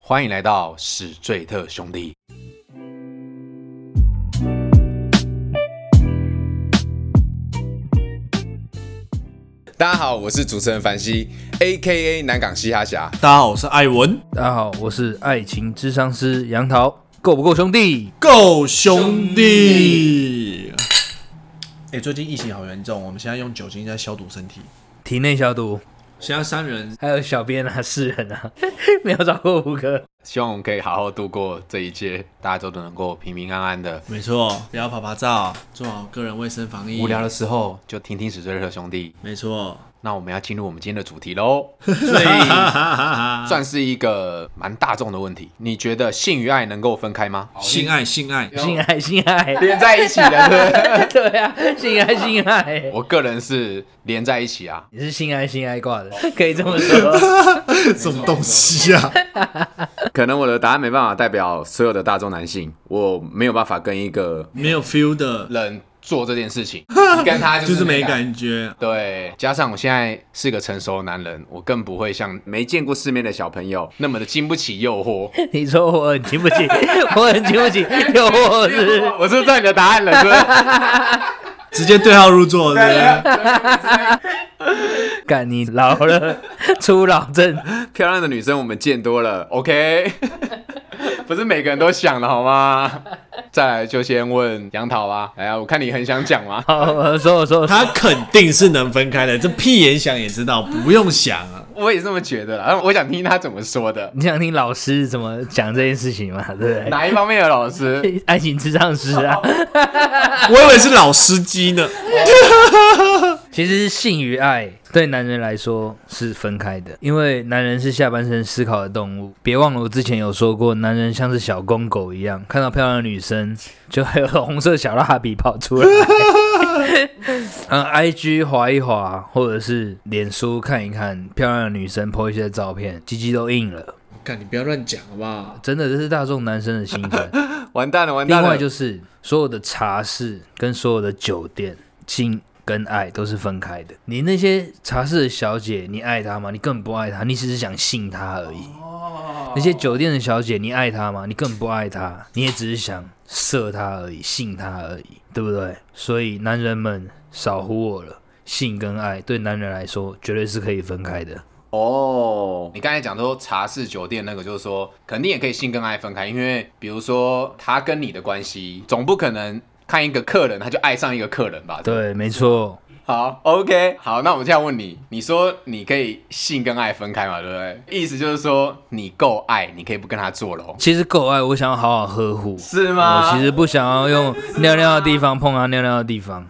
欢迎来到史最特兄弟。大家好，我是主持人凡西，A.K.A 南港嘻哈侠。大家好，我是艾文，大家好，我是爱情智商师杨桃，够不够兄弟？够兄弟！哎、最近疫情好严重，我们现在用酒精在消毒身体。体内消毒，现在三人还有小编啊、诗人啊， 没有找过胡歌。希望我们可以好好度过这一切，大家都能够平平安安的。没错，不要拍拍照，做好个人卫生防疫。无聊的时候就听听史最特兄弟。没错，那我们要进入我们今天的主题喽，最 算是一个蛮大众的问题。你觉得性与爱能够分开吗？性爱性爱，性爱，性爱， 连在一起的，对不对对啊，性爱，性爱，我个人是连在一起啊。你是性爱，性爱挂的，可以这么说。什么东西啊？可能我的答案没办法代表所有的大众男性，我没有办法跟一个没有 feel 的，人做这件 事情，你跟他就就是是没感。感觉。对，加上我现在是个成熟男人，我更不会像没见过世面的小朋友。那么的经不起诱 惑。你说我很经不起， 我很经不起，有我是我是不是知道你的答案了，是不是？直接对号入座，对不 对？干你老了，出老症， 漂亮的女生我们见多了， OK，不是每个人都想的好吗？再来就先问杨桃啊，哎呀，我看你很想讲嘛。好，我说我说我说，他肯定是能分开的，这屁眼想也知道，不用想 啊。我也是这么觉得啦，然后我想听他怎么说的，你想听老师怎么讲这件事情嘛？对 不哪一方面的老师？ 对？爱情智商师啊。我以为是老司机呢。其实性与爱对男人来说是分开的，因为男人是下半身思考的动物。别忘了我之前有说过，男人像是小公狗一样，看到漂亮的女生就会有红色小蜡笔跑出来。嗯，IG 滑一滑，或者是脸书看一看漂亮的女生 po 一些照片，鸡鸡都硬了，看，你不要乱讲好不好？真的这是大众男生的心声。完蛋了，完蛋另了。外就是所有的茶室跟所有的酒店，性跟爱都是分开的。你那些茶室的小姐，你爱她吗？你根本不爱她，你只是想性她而已。那些酒店的小姐，你爱她吗？你更不爱她，你也只是想射她而已，性她而已，对不对？所以男人们少唬我了，性跟爱对男人来说绝对是可以分开的。哦，你刚才讲说茶室酒店那个，就是说肯定也可以性跟爱分开，因为比如说他跟你的关系，总不可能看一个客人他就爱上一个客人吧？不对，没错，好，OK，好，那我现在问你，你说你可以性跟爱分开嘛，对不对？意思就是说你够爱，你可以不跟他做咯，其实够爱，我想要好好呵护。是我吗？其实不想要用尿尿的地方碰到尿尿的地方。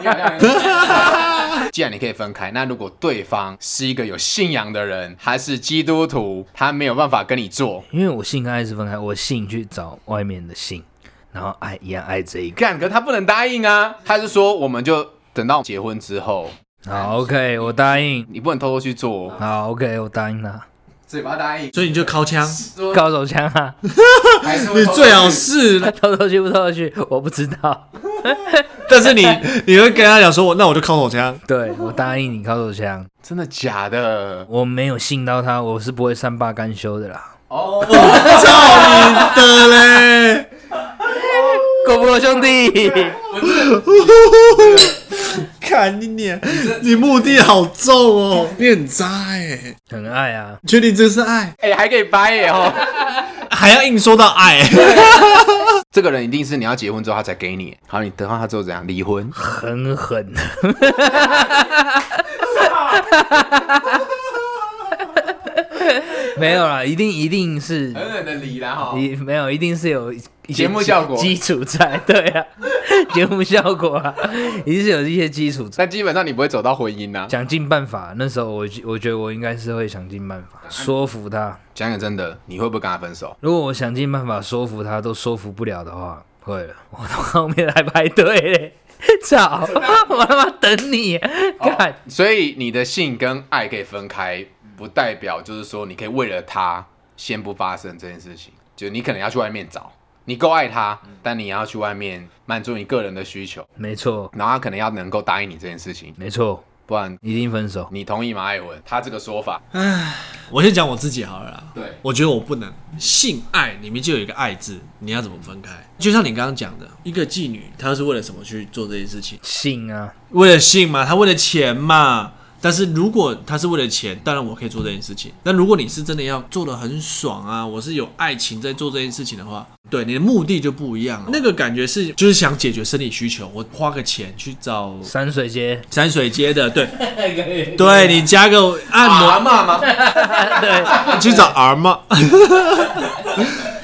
既然你可以分开，那如果对方是一个有信仰的人，他是基督徒，他没有办法跟你做，因为我性跟爱是分开，我性去找外面的性，然后爱一样爱这一个。干，可他不能答应啊，他是说我们就等到结婚之后，好，OK，我答应。你不能偷偷去做，好，OK，我答应了。嘴巴答 应，所以你就掏枪，高手枪啊， 还是会你偷偷最好去是，偷偷去不偷偷去，我不知道。但 是你你会跟他讲说，那我就掏手 枪。对，我答应你高手枪，真的假的？我没有信到他，我是不会善罢甘休的啦。操你的嘞！ 够不够兄弟？ 看你脸，你目的好重哦，你很渣哎、很爱啊，你确定这是爱？哎、还可以掰耶哦， 还要硬说到爱、 这个人一定是你要结婚之后他才给你，好，你等到他之后怎样离婚？很狠。没有啦，一定一定是狠狠的离啦哈你没有，一定是有一些哎节目效果基础在，对啊， 节目效果啊，一定是有一些基础在。 但基本上你不会走到婚姻啊呐、想尽办法，那时候我我觉得我应该是会想尽办法说服他。讲讲真的，你会不会跟他分手？如果我想尽办法说服他，都说服不了的话，会了，我到后面还排队嘞，操！啊我他妈等你，哦干、所以你的性跟爱可以分开，不代表就是说你可以为了他先不发生这件事情，就你可能要去外面找，你够爱他，嗯但你要去外面满足你个人的需求，没错，然后他可能要能够答应你这件事情，没错，不然一定分手。你同意吗？艾文，他这个说法，我先讲我自己好了啦。对，我觉得我不能。性爱里面就有一个爱字，你要怎么分开？就像你刚刚讲的，一个妓女她是为了什么去做这些事情？性啊，为了性嘛，她为了钱嘛。但是如果她是为了钱，当然我可以做这件事情。但如果你是真的要做的很爽啊，我是有爱情在做这件事情的话，对你的目的就不一样了。那个感觉是就是想解决生理需求，我花个钱去找山水街，山水街的，对，哎对你加个按摩妈 吗？去找 R 吗？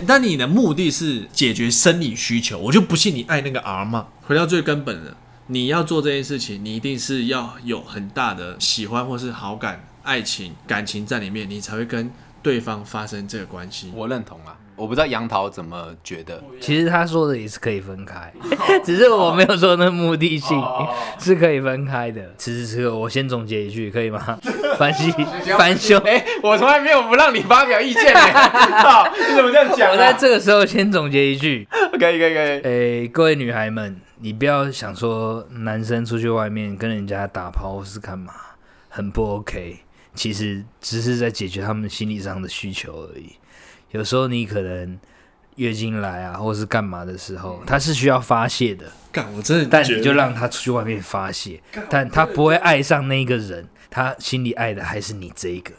但你的目的是解决生理需求，我就不信你爱那个 R 吗？回到最根本的，你要做这件事情，你一定是要有很大的喜欢或是好感、爱情、感情在里面，你才会跟对方发生这个关系。我认同啊，我不知道杨桃怎么觉得。其实他说的也是可以分开，哦只是我没有说那目的性是可以分开的。此时此刻，我先总结一句，可 以吗？反省反修，哎、我从来没有不让你发表意 见呢、靠你怎么这样讲、啊？我在这个时候先总结一句，可以可以可以。诶、各位女孩们，你不要想说男生出去外面跟人家打炮或是干嘛，很不 OK。其实只是在解决他们心理上的需求而已。有时候你可能月经来啊，或是干嘛的时候，他是需要发泄的，干，我真的但觉你得就让他出去外面发泄，但他不会爱上那一个人，他心里爱的还是你这一个。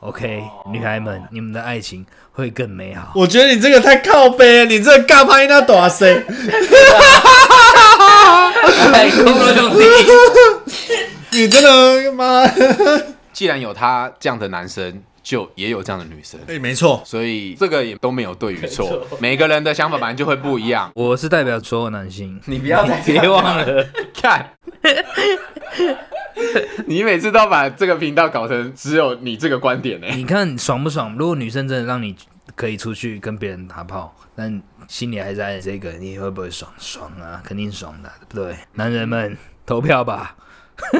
OK，女孩们，你们的爱情会更 美好。 我觉得你这个太靠背了，你这个尬拍那多谁？哎，空中兄弟，你真的妈，既然有他这样的男生，就也有这样的女生，哎、没错，所以这个也都没有对与错，每个人的想法本来就会不一样。我是代表所有男性，你不要再别忘了，看， 你每次都把这个频道搞成只有你这个观点呢、 你看爽不爽？如果女生真的让你可以出去跟别人打炮，但心里还是爱这个，你会不会爽？爽啊，肯定爽的，对不对？男人们投票吧，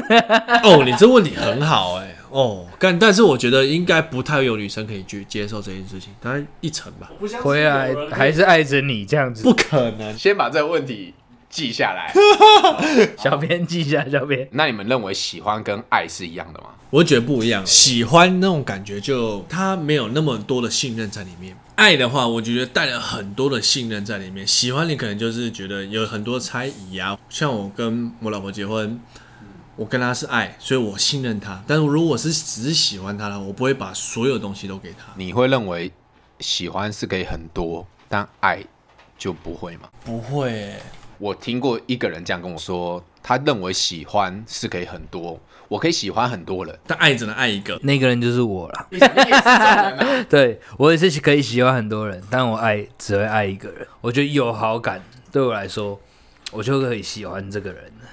哦，你这问题很好哎、哦，干，但是我觉得应该不太有女生可以去接受这件事情，大概一成吧，回来还是爱着你这样子。不可能。先把这个问题记下来。小编记一下，小编。那你们认为喜欢跟爱是一样的吗？我觉得不一样，喜欢那种感觉就他没有那么多的信任在里面。爱的话，我觉得带了很多的信任在里面。喜欢你可能就是觉得有很多猜疑啊，像我跟我老婆结婚，我跟她是爱，所以我信任她。但是如果我是只是喜欢她了，我不会把所有东西都给她，你会认为喜欢是可以很多，但爱就不会吗？不会欸、我听过一个人这样跟我说，他认为喜欢是可以很多，我可以喜欢很多人，但爱只能爱一 个。那个人就是我了。对我也是可以喜欢很多人，但我爱只会爱一个人。我觉得有好感对我来说，我就可以喜欢这个人了。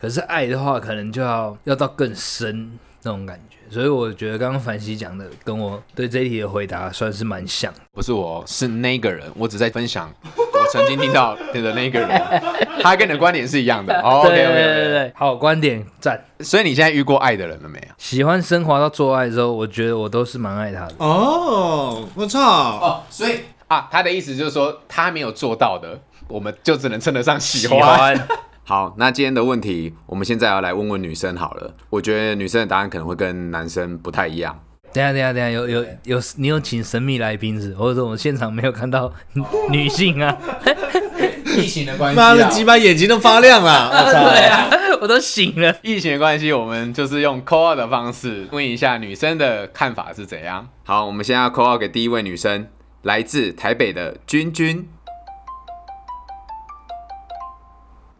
可是爱的话，可能就要要到更深那种感觉。所以我觉得刚刚凡西讲的跟我对这一题的回答算是蛮像的。不是我，是那个人，我只在分享 我曾经听到的那个人， 他跟你的观点是一样的。哦、o k 对 OK 对 OK，, 对对，好观点赞。所以你现在遇过爱的人了没有？喜欢升华到做爱之后，我觉得我都是蛮爱他的。哦，我操，哦，所以啊，他的意思就是说他没有做到的，我们就只能称得上喜欢。好，那今天的问题，我们现在要来问问女生好了。我觉得女生的答案可能会跟男生不太一样。 等一下，等一下，等一下，有有有，你有请神秘来宾是，或者说我们现场没有看到 女性啊？ 疫情的关系、啊妈的鸡巴眼睛都发亮 了，我操！哎对啊，我都醒了。疫情的关系，我们就是用 call out 的方式问一下女生的看法是怎样。好，我们现在要 call out 给第一位女生，来自台北的君君。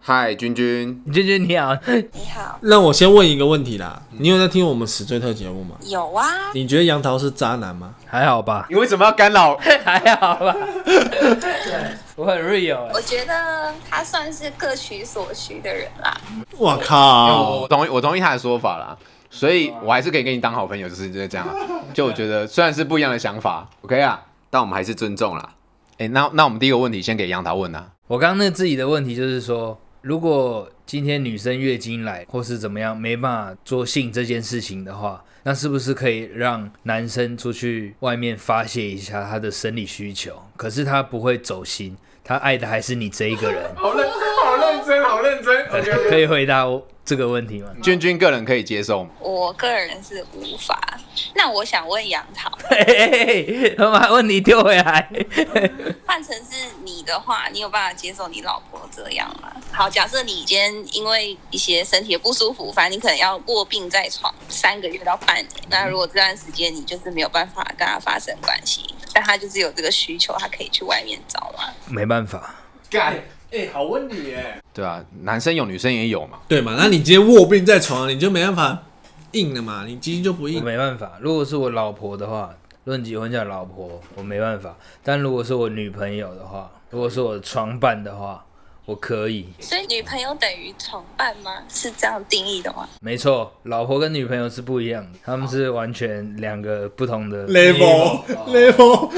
嗨，君君，娟娟你啊好，你好，让我先问一个问题啦，你有在听我们死罪特节目吗？有啊，你觉得杨桃是渣男吗？ 还好吧？你为什么要干扰？ 还好吧？ 我很 real 哎、我觉得他算是各取所需的人啦。我靠，哎哦我同意，我同意他的说法啦。所以，我还是可以跟你当好朋友，就是就是 这样啊。就我觉得，虽然是不一样的想法，OK 啊。但我们还是尊重啦。哎、那那我们第一个问题先给杨桃问啊。我刚刚那自己的问题就是说，如果今天女生月经来或是怎么样没办法做性这件事情的话，那是不是可以让男生出去外面发泄一下他的生理需求？可是他不会走心，他爱的还是你这一个 人。好认，好认真，好认真。 可以回答我这个问题吗？君君个人可以接受吗，我个人是无法，那我想问杨桃，嘿嘿嘿我把问题丢回来。 换成是你的话，你有办法接受你老婆这样吗？好，假设你今天因为一些身体的不舒服，反正你可能要卧病在床三个月到半年。那如果这段时间你就是没有办法跟他发生关系，但他就是有这个需求，他可以去外面找吗？没办法，干，哎、好问题哎。对啊，男生有，女生也有嘛。对嘛？那你今天卧病在床，你就没办法硬了嘛，你基因就不我硬。没办法。如果是我老婆的话，论及婚嫁老婆，我没办法；但如果是我女朋友的话，如果是我的床伴的话，我可以。所以女朋友等于床伴吗？是这样定义的吗？没错，老婆跟女朋友是不一样的，他们是完全两个不同的 level level，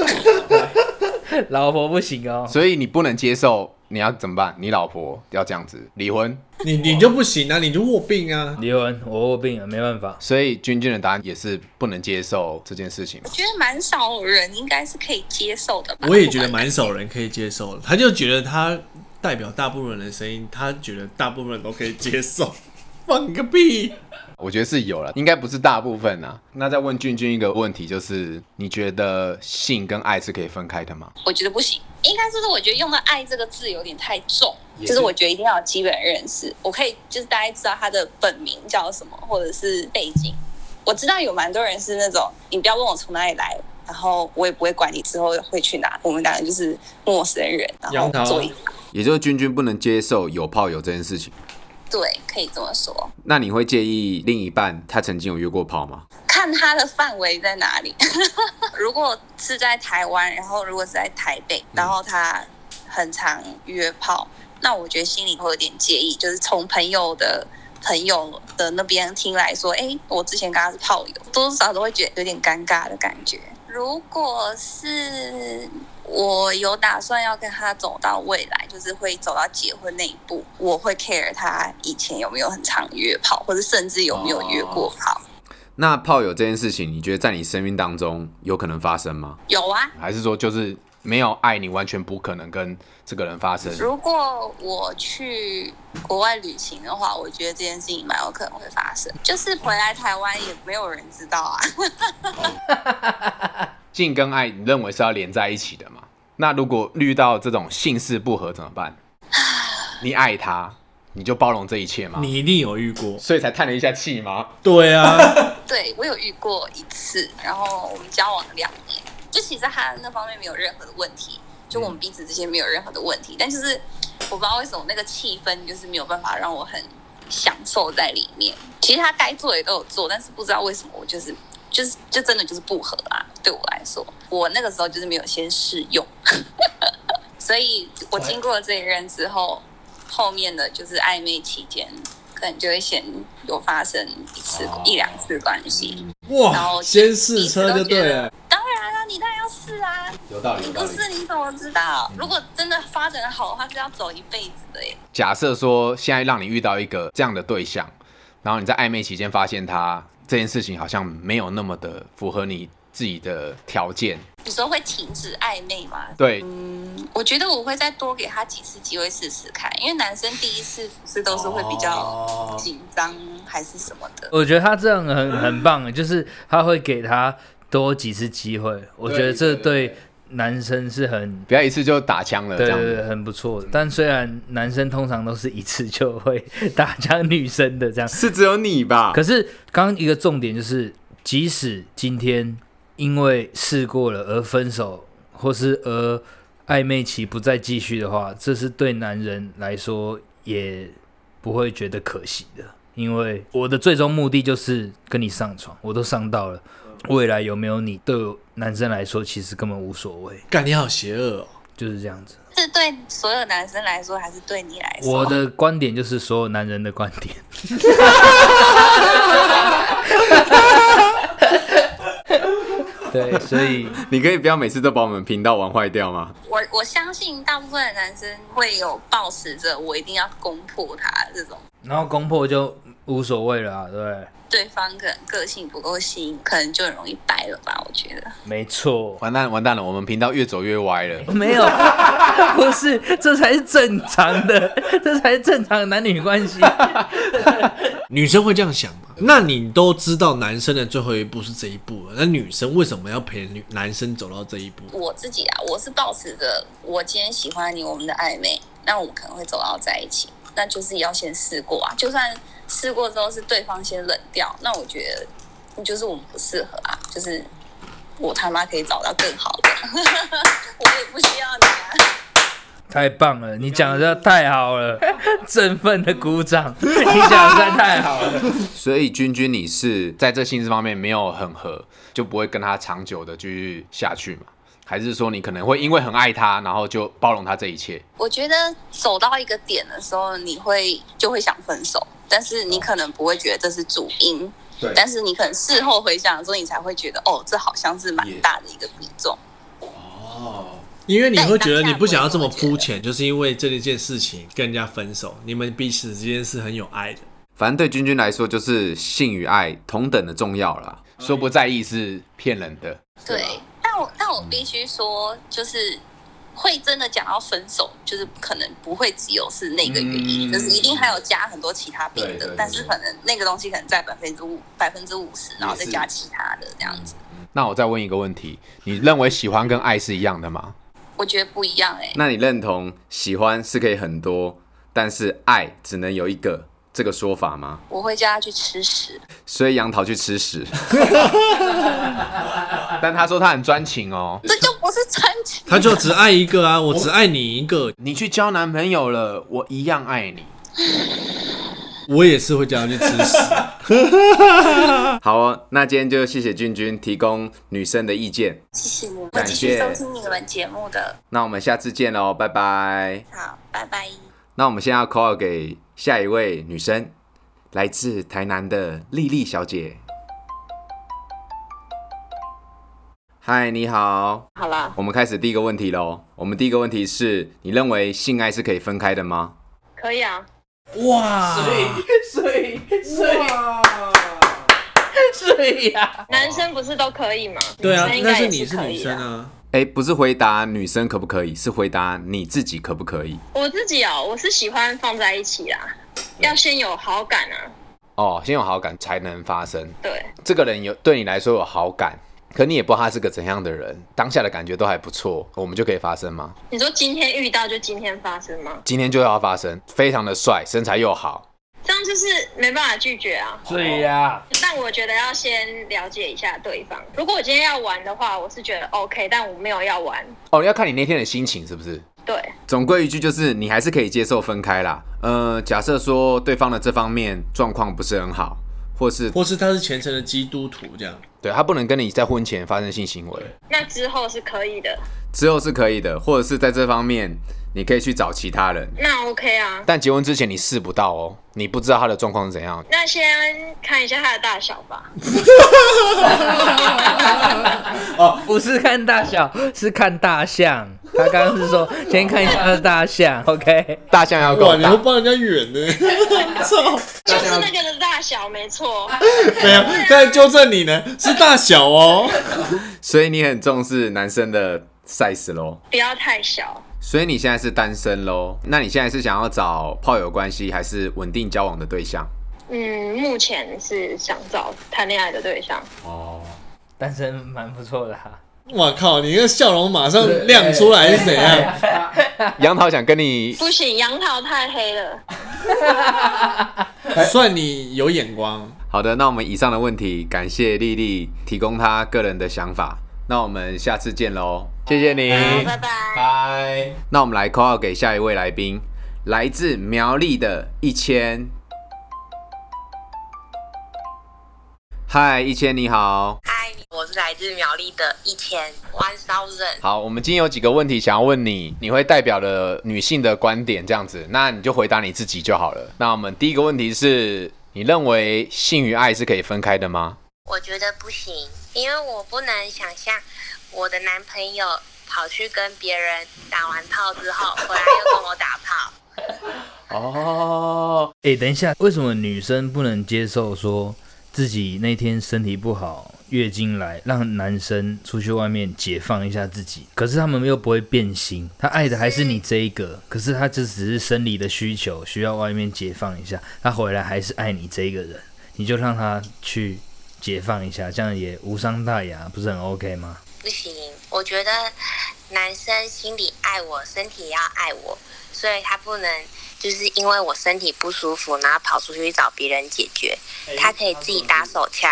老婆不行哦，所以你不能接受，你要怎么办？你老婆要这样子离婚， 你你就不行啊，你就卧病啊。离婚，我卧病了，没办法。所以君君的答案也是不能接受这件事情嘛我。觉得蛮少人应该是可以接受的吧。我也觉得蛮少人可以接受的，他就觉得他代表大部分人的声音，他觉得大部分人都可以接受。放个屁！我觉得是有了，应该不是大部分啊。那再问君君一个问题，就是你觉得性跟爱是可以分开的吗？我觉得不行，应该就是我觉得用到“爱”这个字有点太重，就是我觉得一定要有基本认识，我可以就是大概知道他的本名叫什么，或者是背景。我知道有蛮多人是那种，你不要问我从哪里来，然后我也不会管你之后会去哪，我们两个就是陌生人，然杨桃后啊做一也就是君君不能接受有炮友这件事情。对，可以这么说，那你会介意另一半他曾经有约过炮吗？看他的范围在哪里。 如果是在台湾，然后如果是在台北，然后他很常约炮，那我觉得心里会有点介意，就是从朋友的。朋友的那边听来说，哎、我之前跟他是炮友，多多少少都会觉得有点尴尬的感觉。如果是我有打算要跟他走到未来，就是会走到结婚那一步，我会 care 他以前有没有很常约炮，或者甚至有没有约过炮。那炮友这件事情，你觉得在你生命当中有可能发生吗？有啊，还是说就是没有爱你，完全不可能跟这个人发生？如果我去国外旅行的话，我觉得这件事情蛮有可能会发生。就是回来台湾也没有人知道啊。性跟爱，你认为是要连在一起的嘛？那如果遇到这种性事不合怎么办？你爱他，你就包容这一切吗？你一定有遇过，所以才叹了一下气吗？对 啊，对我有遇过一次，然后我们交往两年，就其实他那方面没有任何的问题，就我们彼此之间没有任何的问题，但就是我不知道为什么那个气氛就是没有办法让我很享受在里面。其实他该做的也都有做，但是不知道为什么我就是就是就真的就是不合啊，对我来说，我那个时候就是没有先试用，所以我经过了这一任之后，后面的就是暧昧期间。可能就会先有发生一次、一两次关系，然哇，后先试车就对彼此都觉了得。当然啊，你当然要试啊，有道你不试你怎么知道？如果真的发展的好的话，是要走一辈子的耶。假设说现在让你遇到一个这样的对象，然后你在暧昧期间发现他这件事情好像没有那么的符合你自己的条件，你说会停止暧昧吗？对，我觉得我会再多给他几次机会试试看，因为男生第一次不是都是会比哦较紧张还是什么的。我觉得他这样很很棒，就是他会给他多几次机会，我觉得这对男生是很。不要一次就打枪了这对样对对，子。很不错的。但虽然男生通常都是一次就会 打枪女生的这啊样，是只有你吧？可是刚刚一个重点就是，即使今天因为试过了而分手，或是而暧昧期不再继续的话，这是对男人来说也不会觉得可惜的，因为我的最终目的就是跟你上床，我都上到了，未来有没有你对我男生来说其实根本无所谓，干，你好邪恶哦！就是这样子。是对所有男生来说，还是对你来说？我的观点就是所有男人的观 点。对，所以你可以不要每次都把我们频道玩坏掉吗？我我相信大部分的男生会有抱持着我一定要攻破他这种。然后攻破就无所谓了、啊，对不对？对方可能个性不够吸引，可能就很容易掰了吧？我觉得。没错，完蛋完蛋了，我们频道越走越歪了。没有， 不是，这才是正常的，这才是正常的男女关系。女生会这样想嘛？那你都知道男生的最后一步是这一步了，那女生为什么要陪女男生走到这一步？我自己啊，我是保持着我今天喜欢你，我们的暧昧，那我们可能会走到在一起，那就是要先试过啊。就算试过之后是对方先冷掉，那我觉得就是我们不适合啊，就是我他妈可以找到更好的， 我也不需要你啊。太棒了，你讲的太好了，振奋的鼓掌，你讲的太好了。所以君君你是在这性质方面没有很合，就不会跟他长久的继续下去嘛？还是说你可能会因为很爱他，然后就包容他这一切？我觉得走到一个点的时候，你会就会想分手，但是你可能不会觉得这是主因，对但是你可能事后回想的时候，你才会觉得哦，这好像是蛮大的一个比重。因为你会觉得你不想要这么肤浅，就是因为这一件事情跟人家分手，你们彼此之间是很有爱的。反正对君君来说就是性与爱同等的重要啦。说不在意是骗人的。啊对，但我但我必须说，就是会真的讲到分手，就是可能不会只有是那个原因，就是一定还有加很多其他别的，嗯对对对但是可能那个东西可能在百分之五百分之五十，然后再加其他的这样子，那我再问一个问题，你认为喜欢跟爱是一样的吗？我觉得不一样哎、嗯那你认同喜欢是可以很多，但是爱只能有一个这个说法吗？我会叫他去吃 屎，所以杨桃去吃屎， 但他说他很专情哦。这就不是真情。他就只爱一个啊，我只爱你一个，你去交男朋友了，我一样爱你。我也是会叫他去吃屎。好哦，那今天就谢谢君君提供女生的意见，谢谢你，我感继谢续收听你们节目的，那我们下次见喽，拜拜。好，拜拜。那我们现在要 call 给下一位女生，来自台南的丽丽小姐。嗨，你好，好啦，我们开始第一个问题喽。我们第一个问题是你认为性爱是可以分开的吗？可以啊，哇，睡睡睡呀！男生不是都可以吗？对啊女生，应但该是也你是可女以生的。啊，哎，不是回答女生可不可以，是回答你自己可不可以。我自己哦，我是喜欢放在一起啦，嗯要先有好感啊。哦，先有好感才能发生。对，这个人有对你来说有好感，可你也不知道他是个怎样的人，当下的感觉都还不错，我们就可以发生吗？你说今天遇到就今天发生吗？今天就要发生，非常的帅，身材又好，这样就是没办法拒绝啊。睡呀！但我觉得要先了解一下对方。如果我今天要玩的话，我是觉得 OK，但我没有要玩。哦，要看你那天的心情是不是？对，总归一句就是，你还是可以接受分开啦。呃，假设说对方的这方面状况不是很好，或是或是他是虔诚的基督徒这样。对他不能跟你在婚前发生性行为，那之后是可以的，之后是可以的，或者是在这方面你可以去找其他人。那 OK 啊。但结婚之前你试不到哦，你不知道他的状况是怎样。那先看一下它的大小吧。 哦不是看大小，是看大象。他刚刚是说先看一下他的大象，OK？大象要哇，够你会大，帮人家远呢？就是那个的大小，没错。没有，在纠正你呢，是大小哦。所以你很重视男生的 size 咯。不要太小，所以你现在是单身咯？那你现在是想要找炮友关系，还是稳定交往的对 象？嗯，目前是想找谈恋爱的对象，单身蛮不错的、啊，哇靠，你那个笑容马上亮出来是怎样？杨桃想跟你不行，杨桃太黑了。算你有眼光。好的，那我们以上的问题，感谢丽丽提供她个人的想法。那我们下次见喽。谢谢你，好，拜拜。拜。那我们来 call out 给下一位来宾，来自苗栗的一千。嗨，一千你好，嗨，我是来自苗栗的一千 One Thousand。好，我们今天有几个问题想要问你，你会代表了女性的观点这样子，那你就回答你自己就好了。那我们第一个问题是，你认为性与爱是可以分开的吗？我觉得不行，因为我不能想象我的男朋友跑去跟别人打完炮之后，回来又跟我打炮。哦，哎、等一下，为什么女生不能接受说自己那天身体不好，月经来，让男生出去外面解放一下自己。可是他们又不会变心，他爱的还是你这一个，可是他这只是生理的需求，需要外面解放一下，他回来还是爱你这一个人，你就让他去解放一下，这样也无伤大雅，不是很 OK 吗？不行，我觉得男生心里爱我，身体也要爱我，所以他不能就是因为我身体不舒服，然后跑出去找别人解决，哎他可以自己打手枪。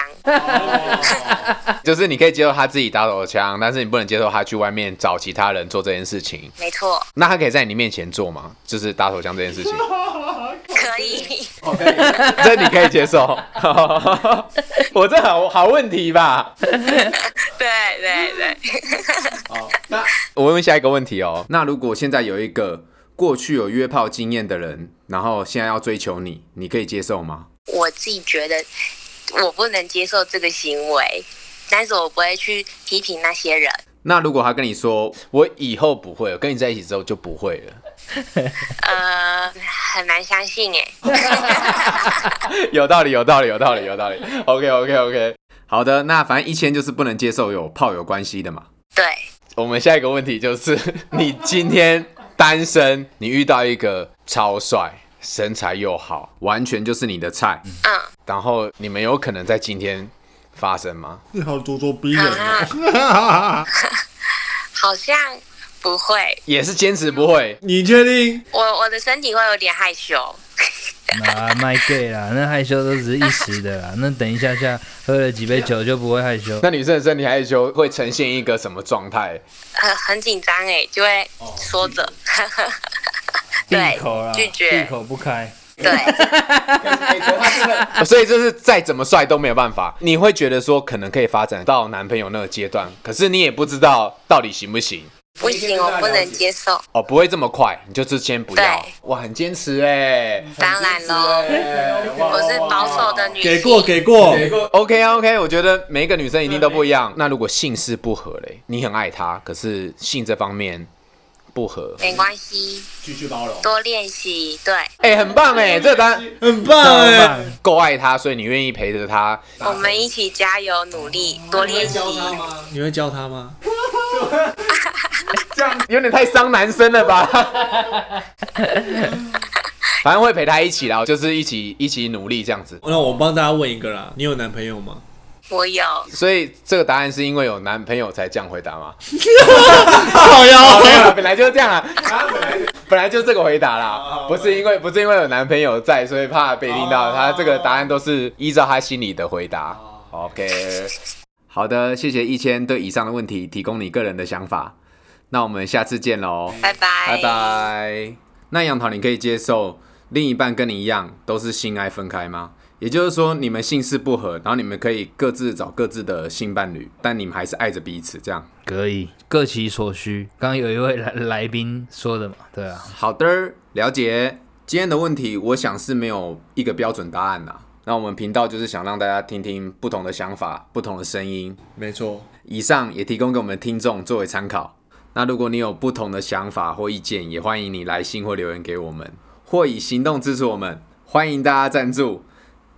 就是你可以接受他自己打手枪，但是你不能接受他去外面找其他人做这件事情。没错，那他可以在你面前做吗？就是打手枪这件事情，可 以。这你可以接受？ 我这好好问题吧？对对对，我问下一个问题哦。那如果现在有一个过去有约炮经验的人，然后现在要追求你，你可以接受吗？我自己觉得我不能接受这个行为，但是我不会去批评那些人。那如果他跟你说，我以后不会了，跟你在一起之后就不会了。呃，很难相信哎。有道理，有道理，有道理，有道理。OK，OK，OK。好的，那反正一千就是不能接受有炮友关系的嘛。对，我们下一个问题就是， 你今天单身，你遇到一个超帅、身材又好，完全就是你的菜，嗯，然后你们有可能在今天发生吗？你好咄咄逼人啊，哦！好像不会，也是坚持不会，你确定？我我的身体会有点害羞。啊，卖 gay 啦，那害羞都只是一时的啦，那等一下下喝了几杯酒就不会害羞。那女生的身体害羞会呈现一个什么状态？很很紧张哎，就会缩着，对闭口啦，，拒闭绝，口不开。对，啊所以就是再怎么帅都没有办法。你会觉得说可能可以发展到男朋友那个阶段，可是你也不知道到底行不行不行，我不能接受，哦，不会这么快，你就是先不要对。哇，很坚持哎、当然喽，我是保守的女性，给过，给过， OK 啊 OK，我觉得每一个女生一定都不一样。那如果性是不合嘞，你很爱她，可是性这方面不合，没关系，继续包容。多练习，对，哎、很棒哎、这个答案很棒哎、够爱她，所以你愿意陪着她。我们一起加油努力，多练习，你会教他吗？这样有点太伤男生了吧？反正会陪他一起啦，就是一起一起努力这样子。那我帮大家问一个啦，你有男朋友吗？我有，所以这个答案是因为有男朋友才这样回答吗？好哦，没有呀，啦，本来就是这样啦，本来就这个回答啦，不是因为不是因为有男朋友在，所以怕被听到。他这个答案都是依照他心里的回答。OK，好的，谢谢一千对以上的问题提供你个人的想法。那我们下次见喽，拜拜，拜。拜。那杨桃，你可以接受另一半跟你一样都是性爱分开吗？也就是说，你们性事不合，然后你们可以各自找各自的性伴侣，但你们还是爱着彼此，这样。可以，各其所需。刚刚有一位来来宾说的嘛，对啊，好的，了解。今天的问题，我想是没有一个标准答案啦。那我们频道就是想让大家听听不同的想法、不同的声音，没错，以上也提供给我们听众作为参考。那如果你有不同的想法或意见，也欢迎你来信或留言给我们，或以行动支持我们。欢迎大家赞助。